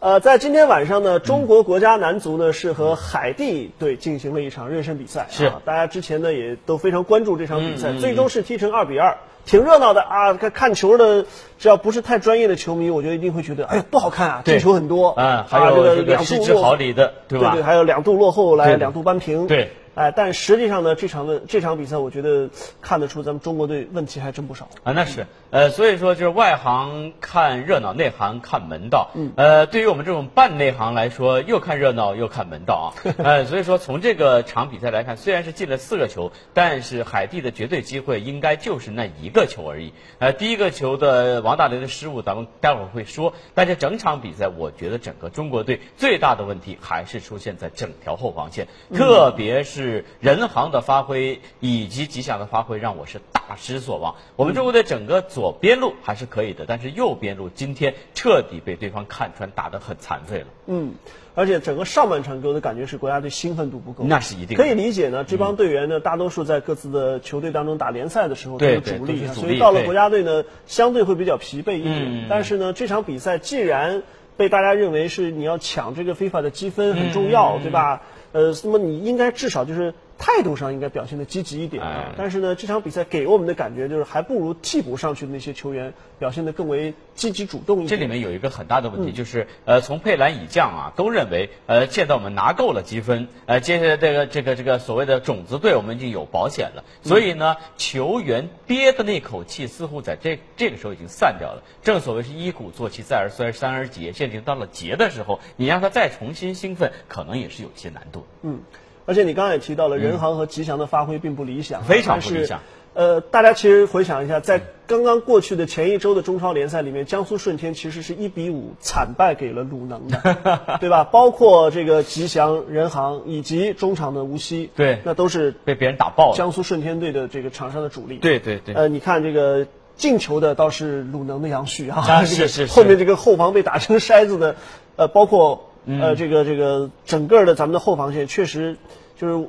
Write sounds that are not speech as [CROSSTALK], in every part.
呃，在今天晚上呢，中国国家男足呢是和海地队进行了一场热身比赛。是嗯啊，大家之前呢也都非常关注这场比赛，最终是踢成二比二，挺热闹的啊。看看球的，只要不是太专业的球迷，我觉得一定会觉得，哎呀不好看啊，对进球很多，嗯啊，还有这个这个两失度之落毫厘的，对对吧？还有两度落后来对两度扳平。对。哎，但实际上呢，这场问这场比赛，我觉得看得出咱们中国队问题还真不少。啊，那是，呃，所以说就是外行看热闹，内行看门道。嗯，呃，对于我们这种半内行来说，又看热闹又看门 [LAUGHS] 道啊。呃，所以说从这个场比赛来看，虽然是进了四个球，但是海地的绝对机会应该就是那一个球而已。呃，第一个球的王大雷的失误，咱们待会儿会说。但是整场比赛，我觉得整个中国队最大的问题还是出现在整条后防线，嗯特别是任航的发挥以及吉祥的发挥，让我是大失所望。我们中国队整个左边路还是可以的，但是右边路今天彻底被对方看穿，打得很残废了。嗯，而且整个上半场给我的感觉是国家队兴奋度不够，那是一定嗯的嗯可以理解呢。这帮队员呢，大多数在各自的球队当中打联赛的时候都对是对主都是力啊，主所以力到了对国家队呢，相对会比较疲惫一嗯点。但是呢，这场比赛既然被大家认为是你要抢这个非法的积分很重嗯要，对吧？呃，那么你应该至少就是态度上应该表现的积极一点啊。哎但是呢，这场比赛给我们的感觉就是还不如替补上去的那些球员表现的更为积极主动一点。这里面有一个很大的问题，就是呃，从佩兰以降啊，都认为呃，现在我们拿够了积分，呃，接下来这个这个这个所谓的种子队，我们已经有保险了。所以呢，球员憋的那口气似乎在这这个时候已经散掉了。正所谓是一鼓作气，再而衰，三而竭，现在已经到了竭的时候，你让他再重新兴奋，可能也是有些难度。嗯，而且你刚才也提到了，任航和吉祥的发挥并不理想，嗯啊非常不理想但是。呃，大家其实回想一下，在刚刚过去的前一周的中超联赛里面，江苏舜天其实是一比五惨败给了鲁能的， [LAUGHS] 对吧？包括这个吉祥、任航以及中场的吴曦，对那都是被别人打爆了。江苏舜天队的这个场上的主力。对对对。呃，你看这个进球的倒是鲁能的杨旭啊，啊这个是是是后面这个后防被打成筛子的，呃，包括嗯呃这个这个整个的咱们的后防线确实就是。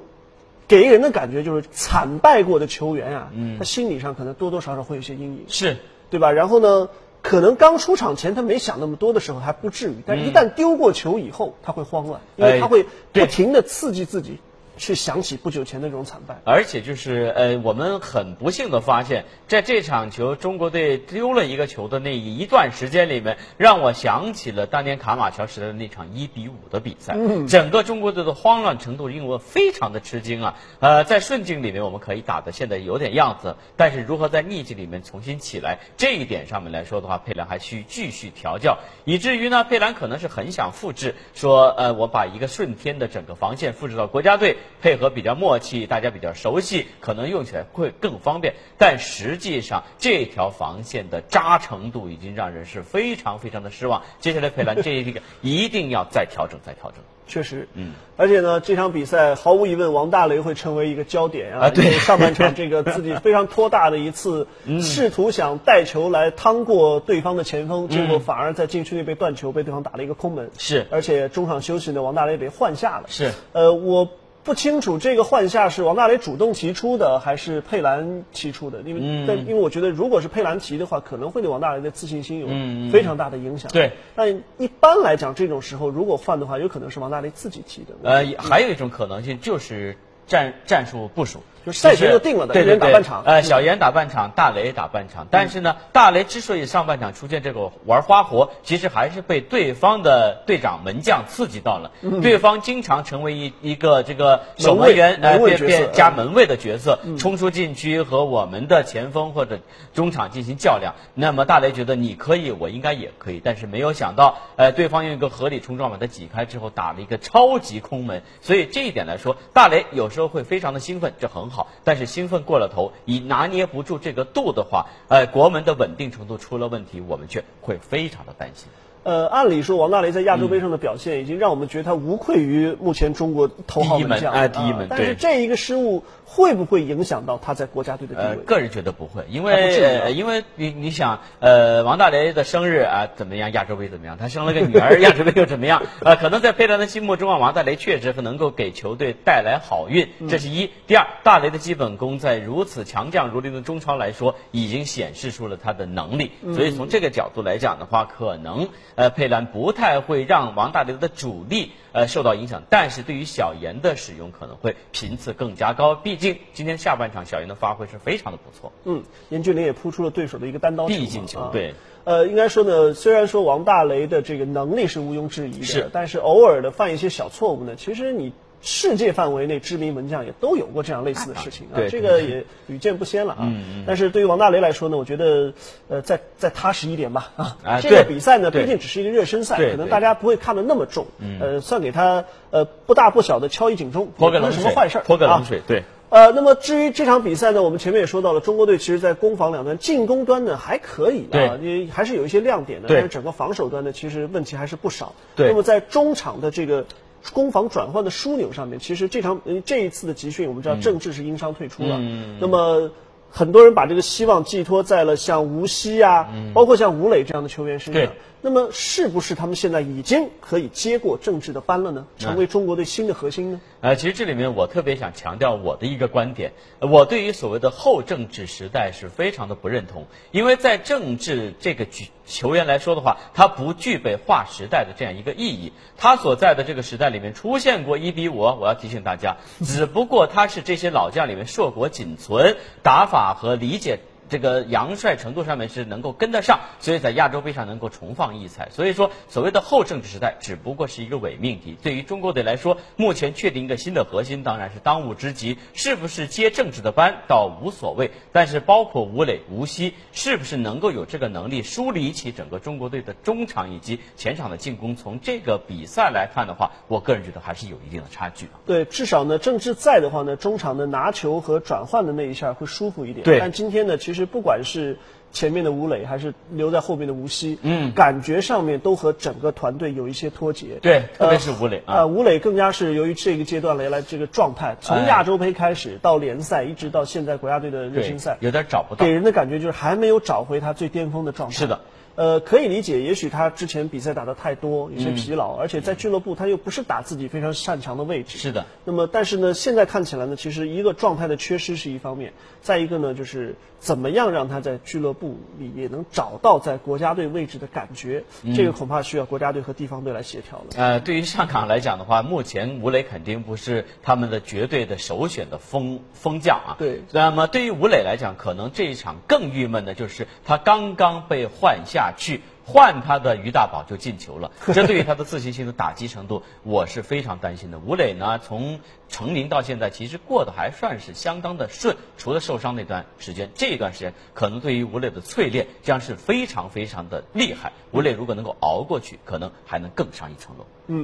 给人的感觉就是惨败过的球员啊，嗯他心理上可能多多少少会有些阴影，是，对吧？然后呢，可能刚出场前他没想那么多的时候还不至于，但一旦丢过球以后，他会慌乱，因为嗯哎他会对不停的刺激自己，去想起不久前的那种惨败。而且就是呃，我们很不幸的发现，在这场球中国队丢了一个球的那一段时间里面，让我想起了当年卡马乔时代的那场一比五的比赛。整个中国队的慌乱程度令我非常的吃惊啊！呃，在顺境里面我们可以打得现在有点样子，但是如何在逆境里面重新起来，这一点上面来说的话，佩兰还需继续调教，以至于呢，佩兰可能是很想复制，说呃，我把一个顺天的整个防线复制到国家队，配合比较默契，大家比较熟悉，可能用起来会更方便。但实际上，这条防线的扎程度已经让人是非常非常的失望。接下来佩兰这一个一定要再调整，再调整。确实，嗯，而且呢，这场比赛毫无疑问，王大雷会成为一个焦点啊，啊对因为上半场这个自己非常拖大的一 [LAUGHS] 次，试图想带球来趟过对方的前锋，结果反而在禁区内被断球，被对方打了一个空门，是而且中场休息呢，王大雷被换下了，是，呃，我。不清楚这个换下是王大雷主动提出的还是佩兰提出的，因为、嗯但因为我觉得如果是佩兰提的话，可能会对王大雷的自信心有非常大的影响。嗯对，但一般来讲，这种时候如果换的话，有可能是王大雷自己提的。呃，还有一种可能性就是战战术部署，就是赛前就定了的对一人对打对半场呃，小严打半场，大雷打半场。但是呢，大雷之所以上半场出现这个玩花活，其实还是被对方的队长门将刺激到了。对方经常成为一一个这个守门员，嗯门卫呃，门卫角色变变嗯加门卫的角色，冲出禁区和我们的前锋或者中场进行较量。那么大雷觉得你可以，我应该也可以，但是没有想到，呃，对方用一个合理冲撞把他挤开之后，打了一个超级空门。所以这一点来说，大雷有时候会非常的兴奋，这很好，但是兴奋过了头，以拿捏不住这个度的话，呃，国门的稳定程度出了问题，我们却会非常的担心。呃，按理说王大雷在亚嗯洲杯上的表现已经让我们觉得他无愧于目前中国头号门将第一门哎第一门啊但是对这一个失误会不会影响到他在国家队的地呃，位？个人觉得不会，因啊不至于为、啊呃因为你你想，呃，王大雷的生日啊怎么样，亚洲杯怎么样，他生了个 [LAUGHS] 女儿，亚洲杯又怎么样？呃，可能在佩兰的心目中啊，王大雷确实能够给球队带来好运，嗯这是一。第二，大雷的基本功在如此强将如林的嗯中超来说，已经显示出了他的能力，所以从这个角度来讲的话，可能呃，佩兰不太会让王大雷的主力呃受到影响，但是对于小严的使用可能会频次更加高。毕竟今天下半场小严的发挥是非常的不错，嗯，严俊凌也扑出了对手的一个单刀球嘛，毕竟球啊对。呃，应该说呢，虽然说王大雷的这个能力是毋庸置疑的，是但是偶尔的犯一些小错误呢，其实你世界范围内知名门将也都有过这样类似的事情啊，对嗯这个也屡见不鲜了啊。但是对于王大雷来说呢，我觉得呃，再再踏实一点吧啊。[LAUGHS] 哎这个对比赛呢，对毕竟只是一个热身赛，对可能对嗯大家不会看得那么重，呃，算给他呃不大不小的敲一警钟，泼也个不冷是水，什么坏事儿，泼个啊冷水，对。呃，那么至于这场比赛呢，我们前面也说到了，中国队其实在攻防两端，进攻端呢还可以啊，也还是有一些亮点的，对但是整个防守端呢，其实问题还是不少。对那么在中场的这个。攻防转换的枢纽上面，其实这场呃这一次的集训，我们知道嗯郑智是因伤退出了，那么很多人把这个希望寄托在了像吴曦啊，包括像吴磊这样的球员身上嗯对。那么是不是他们现在已经可以接过郑智的班了呢？哎成为中国队新的核心呢？呃，其实这里面我特别想强调我的一个观点，呃我对于所谓的后政治时代是非常的不认同，因为在政治这个局球员来说的话，他不具备划时代的这样一个意义。他所在的这个时代里面出现过一比五，我要提醒大家，只不过他是这些老将里面硕果仅存，打法和理解这个洋帅程度上面是能够跟得上，所以在亚洲杯上能够重放异彩。所以说，所谓的后政治时代只不过是一个伪命题。对于中国队来说，目前确定一个新的核心当然是当务之急，是不是接政治的班倒无所谓。但是包括吴磊、吴曦，是不是能够有这个能力梳理起整个中国队的中场以及前场的进攻？从这个比赛来看的话，我个人觉得还是有一定的差距的。对，至少呢，郑智在的话呢，中场的拿球和转换的那一下会舒服一点。对但今天呢，其实不管是前面的吴磊，还是留在后面的吴曦，嗯感觉上面都和整个团队有一些脱节。对特别是吴磊啊呃，吴磊更加是由于这个阶段来来这个状态，从哎亚洲杯开始到联赛，一直到现在国家队的热身赛，有点找不到给。人的感觉就是还没有找回他最巅峰的状态。是的。呃，可以理解，也许他之前比赛打得太多，嗯有些疲劳，而且在俱乐部他又不是打自己非常擅长的位置。是的。那么，但是呢，现在看起来呢，其实一个状态的缺失是一方面，再一个呢，就是怎么样让他在俱乐部里也能找到在国家队位置的感觉，嗯这个恐怕需要国家队和地方队来协调了。呃，对于上港来讲的话，目前吴磊肯定不是他们的绝对的首选的锋锋将啊。对那么对于吴磊来讲，可能这一场更郁闷的就是他刚刚被换下去。换他的于大宝就进 [LAUGHS] 球了，这对于他的自信心的打击程度， [LAUGHS] 我是非常担心的。吴磊呢，从成名到现在，其实过得还算是相当的顺，除了受伤那段时间，这一段时间可能对于吴磊的淬炼将是非常非常的厉害。嗯吴磊如果能够熬过去，可能还能更上一层楼。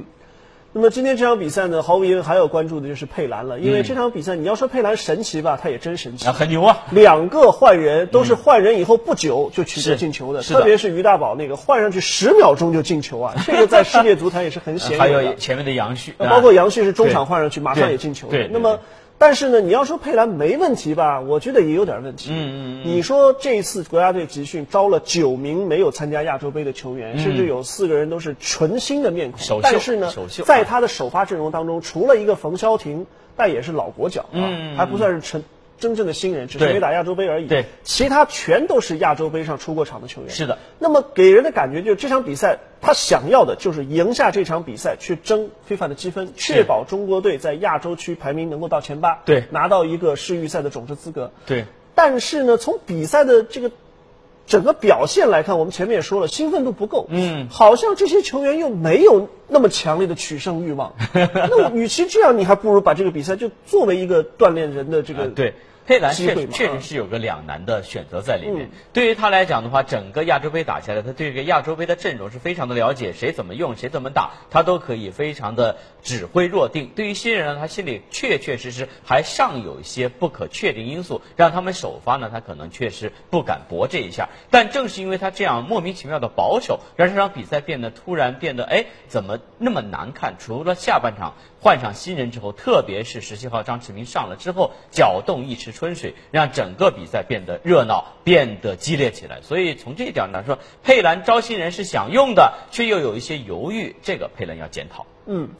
那么今天这场比赛呢，毫无疑问还要关注的就是佩兰了，因为这场比赛你要说佩兰神奇吧，他也真神奇嗯啊，。很牛啊！两个换人都是换人以后不久就取得是进球的，是的特别是于大宝那个换上去十秒钟就进球啊，这个在世界足坛也是很鲜 [LAUGHS] 呃还有的。 [LAUGHS] 有前面的杨旭，那包括啊杨旭是中场对换上去，马上也进球了对对对那么，但是呢，你要说佩兰没问题吧，我觉得也有点问题。嗯嗯你说这一次国家队集训招了九名没有参加亚洲杯的球员，甚至有四个人都是纯新的面嗯首孔秀，但是呢首秀，在他的首发阵容当中，除了一个冯潇霆，但也是老国脚啊，还不算是纯。真正的新人，只是嗯对没打亚洲杯而已。对其他全都是亚洲杯上出过场的球员。是的，那么给人的感觉就是这场比赛，他想要的就是赢下这场比赛，去争 FIFA 的积分，确保中国队在亚洲区排名能够到前八，对拿到一个世预赛的种子资格。对，但是呢，从比赛的这个整个表现来看，我们前面也说了，兴奋度不够。嗯，好像这些球员又没有那么强烈的取胜欲望。那我与其这样，你还不如把这个比赛就作为一个锻炼人的这个、呃对。佩兰机确会实嘛嗯确啊实是有个两难的选择在里面。对于他来讲的话，整个亚洲杯打下来，他对这个亚洲杯的阵容是非常的了解，谁怎么用，谁怎么打，他都可以非常的指挥若定。对于新人呢，他心里确确实实还尚有一些不可确定因素，让他们首发呢，他可能确实不敢搏这一下。但正是因为他这样莫名其妙的保守，让这场比赛变得突然变得哎怎么那么难看？除了下半场换上新人之后，特别是十七号张志明上了之后，搅动一池春水，让整个比赛变得热闹，变得激烈起来。所以从这一点来说，佩兰招新人是想用的，却又有一些犹豫，这个佩兰要检讨。嗯，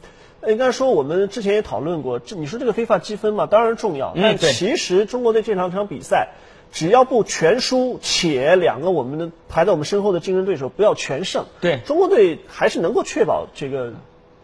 呃应该说我们之前也讨论过，这你说这个非法积分嘛，当然重要，嗯但对其实中国队这场场比赛。只要不全输，且两个我们的排在我们身后的竞争对手不要全胜，对中国队还是能够确保这个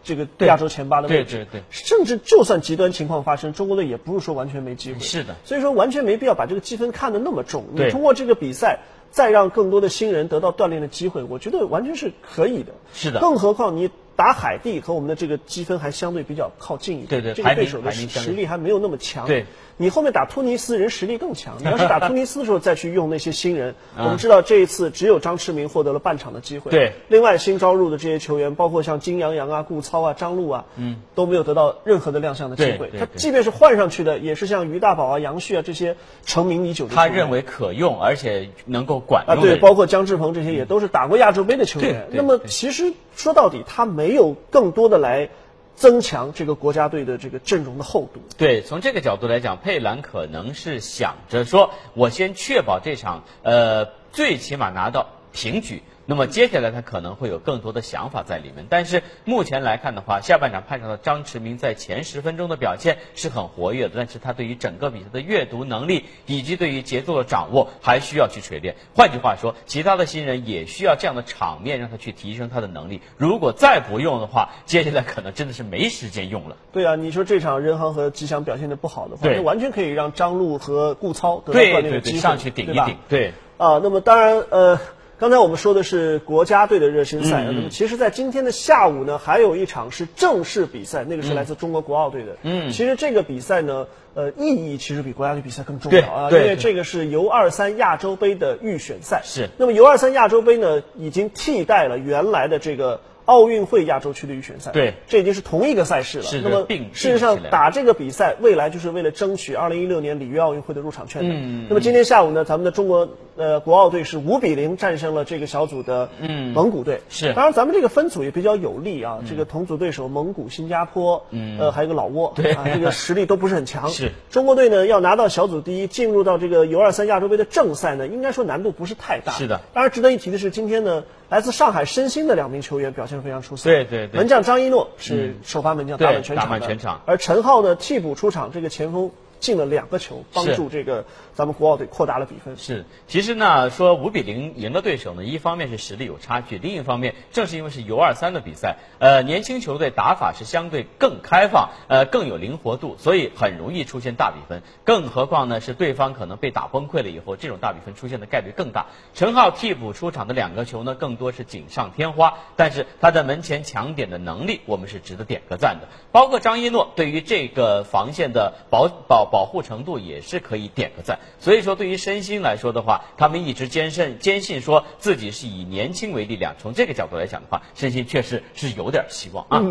这个对亚洲前八的位对置。对对，甚至就算极端情况发生，中国队也不是说完全没机会。是的所以说完全没必要把这个积分看得那么重。对你通过这个比赛，再让更多的新人得到锻炼的机会，我觉得完全是可以的。是的更何况你打海地和我们的这个积分还相对比较靠近一点，对对这个排名对手的排名相对实力还没有那么强。对。你后面打突尼斯人实力更强，你要是打突尼斯的时候再去用那些新 [LAUGHS] 人，我们知道这一次只有张驰明获得了半场的机会，对另外新招入的这些球员，包括像金洋洋啊、顾操啊、张璐啊，嗯，都没有得到任何的亮相的机对会对。他对即便是换上去的，也是像于大宝啊、杨旭啊这些成名已久的球他员。认为可用而且能够管啊，用的对，人。包括姜志鹏这些也都是打过亚洲杯的球员。对对那么对其实说到底，他没有更多的来增强这个国家队的这个阵容的厚度。对，从这个角度来讲，佩兰可能是想着说，我先确保这场呃最起码拿到平局。那么接下来他可能会有更多的想法在里面，但是目前来看的话，下半场判上的张驰明在前十分钟的表现是很活跃的，但是他对于整个比赛的阅读能力以及对于节奏的掌握还需要去锤炼。换句话说，其他的新人也需要这样的场面让他去提升他的能力。如果再不用的话，接下来可能真的是没时间用了。对啊，你说这场任航和吉祥表现的不好的话，对那完全可以让张璐和顾操得到对锻炼对的机对，会，上去顶一吧顶，对。啊，那么当然，呃，刚才我们说的是国家队的热身赛，啊嗯那么其实，在今天的下午呢，还有一场是正式比赛，那个嗯是来自中国国奥队的。嗯，其实这个比赛呢，呃，意义其实比国家队比赛更重要啊，对因对为这个是 U 二三亚洲杯的预选赛。是那么 U 二三亚洲杯呢，已经替代了原来的这个。奥运会亚洲区的预选赛，对这已经是同一个赛事了。是那么并事实并上起来，了打这个比赛，未来就是为了争取2016年里约奥运会的入场券的。嗯那么今天下午呢，咱们的中国呃国奥队是五比零战胜了这个小组的蒙古队。嗯是嗯当然咱们这个分组也比较有利啊，这个同组对手蒙古、新加坡，嗯，呃，还有个老挝，对啊，这个实力都不是很强。 [LAUGHS] 是中国队呢要拿到小组第一，进入到这个 U 2 3亚洲杯的正赛呢，应该说难度不是太大。是的当然值得一提的是，今天呢来自上海申鑫的两名球员表现非常出色。对对对嗯门将张一诺是首发门将，对打满全场打满的全场而陈浩呢替补出场，这个前锋进了两个球，帮是助这个咱们国奥队扩大了比分。是，其实呢，说五比零赢了对手呢，一方面是实力有差距，另一方面正是因为是 U 二三的比赛，呃，年轻球队打法是相对更开放，呃，更有灵活度，所以很容易出现大比分。更何况呢，是对方可能被打崩溃了以后，这种大比分出现的概率更大。陈浩替补出场的两个球呢，更多是锦上添花，但是他在门前抢点的能力，我们是值得点个赞的。包括张一诺对于这个防线的保保保护程度也是可以点个赞。所以说，对于身心来说的话，他们一直坚信坚信说自己是以年轻为力量。从这个角度来讲的话，身心确实是有点希望啊。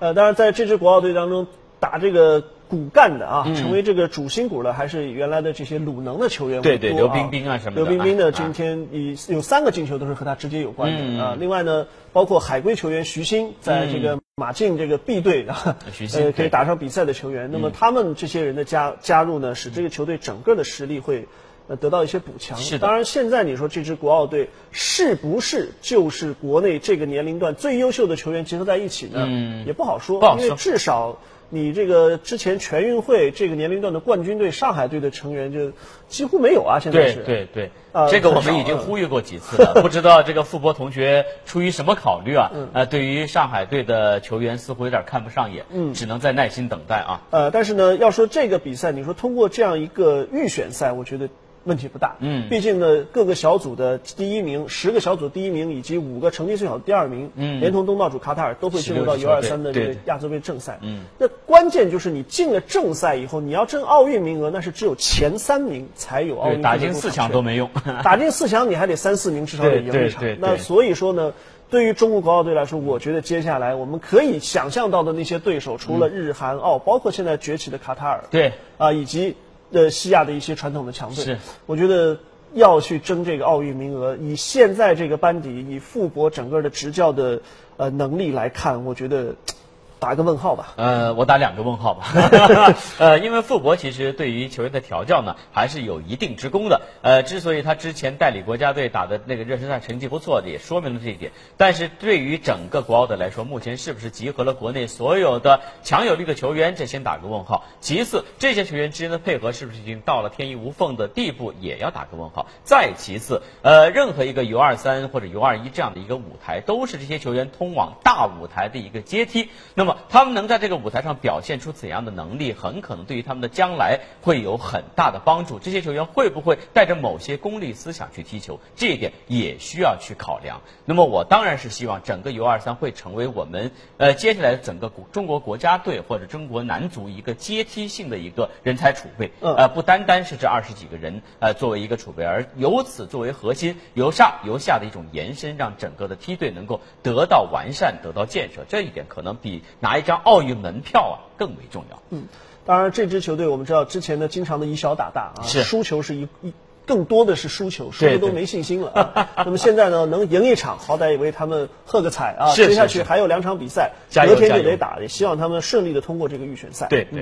呃，当然在这支国奥队当中打这个骨干的嗯啊，成为这个主心骨的还是原来的这些鲁能的球员为对对多刘啊彬彬啊什么的刘彬彬啊嗯呢，今天以有三个进球都是和他直接有关的啊。另外呢，包括海归球员徐昕在这个马竞这个 B 队啊，嗯徐 [LAUGHS] 昕呃可对以打上比赛的球员，那嗯么他们这些人的加加入呢，使这个球队整个的实力会。呃，得到一些补强。是的当然，现在你说这支国奥队是不是就是国内这个年龄段最优秀的球员结合在一起呢？嗯，也不好说。不好说因为至少你这个之前全运会这个年龄段的冠军队上海队的成员就几乎没有啊，现在对是。对对，呃这个我很少们已经嗯嗯呼吁过几次了，不知道这个傅博同学出于什么考虑啊？呃，对于上海队的球员似乎有点看不上眼，嗯只能再耐心等待啊。呃，但是呢，要说这个比赛，你说通过这样一个预选赛，我觉得问题不大。嗯，毕竟呢，各个小组的第一名，十个小组第一名以及五个成绩最好的第二名，嗯，连同东道主卡塔尔都会进入到16 U 个二球队三的对这个对亚洲杯正赛。嗯，那关键就是你进了正赛以后，你要争奥运名额，那是只有前三名才有奥运对，会打的进入四场强券都没用。 [LAUGHS] 打进四强，你还得三四名至少得对赢对一场对。那对所以说呢，对于中国国奥队来说，我觉得接下来我们可以想象到的那些对手，除了日韩澳，包括现在崛起的卡塔尔，嗯对啊，以及呃西亚的一些传统的强队，是我觉得。要去争这个奥运名额，以现在这个班底，以傅博整个的执教的呃能力来看，我觉得打个问号吧。呃，我打两个问号吧。呃，因为傅博其实对于球员的调教呢，还是有一定之功的。呃，之所以他之前代理国家队打的那个热身赛成绩不错，也说明了这一点。但是对于整个国奥队来说，目前是不是集合了国内所有的强有力的球员，这先打个问号。其次，这些球员之间的配合是不是已经到了天衣无缝的地步，也要打个问号。再其次，呃，任何一个 U 二三或者 U 二一这样的一个舞台，都是这些球员通往大舞台的一个阶梯。那么他们能在这个舞台上表现出怎样的能力，很可能对于他们的将来会有很大的帮助。这些球员会不会带着某些功利思想去踢球，这一点也需要去考量。那么我当然是希望整个 U 二三会成为我们呃接下来的整个国中国国家队或者中国男足一个阶梯性的一个人才储备，嗯呃，不单单是这二十几个人呃作为一个储备，而由此作为核心，由上由下的一种延伸，让整个的梯队能够得到完善、得到建设。这一点可能比拿一张奥运门票啊更为重要。嗯，当然，这支球队我们知道之前呢，经常的以小打大啊，是输球是一一。更多的是输球，输对的都对没信 [LAUGHS] 心了、啊。那么现在呢，能赢一场，好歹也为他们喝个彩啊！是接下是去是还有两场比赛，加油隔天加就油得打，也希望他们顺利的通过这个预选赛。嗯对对。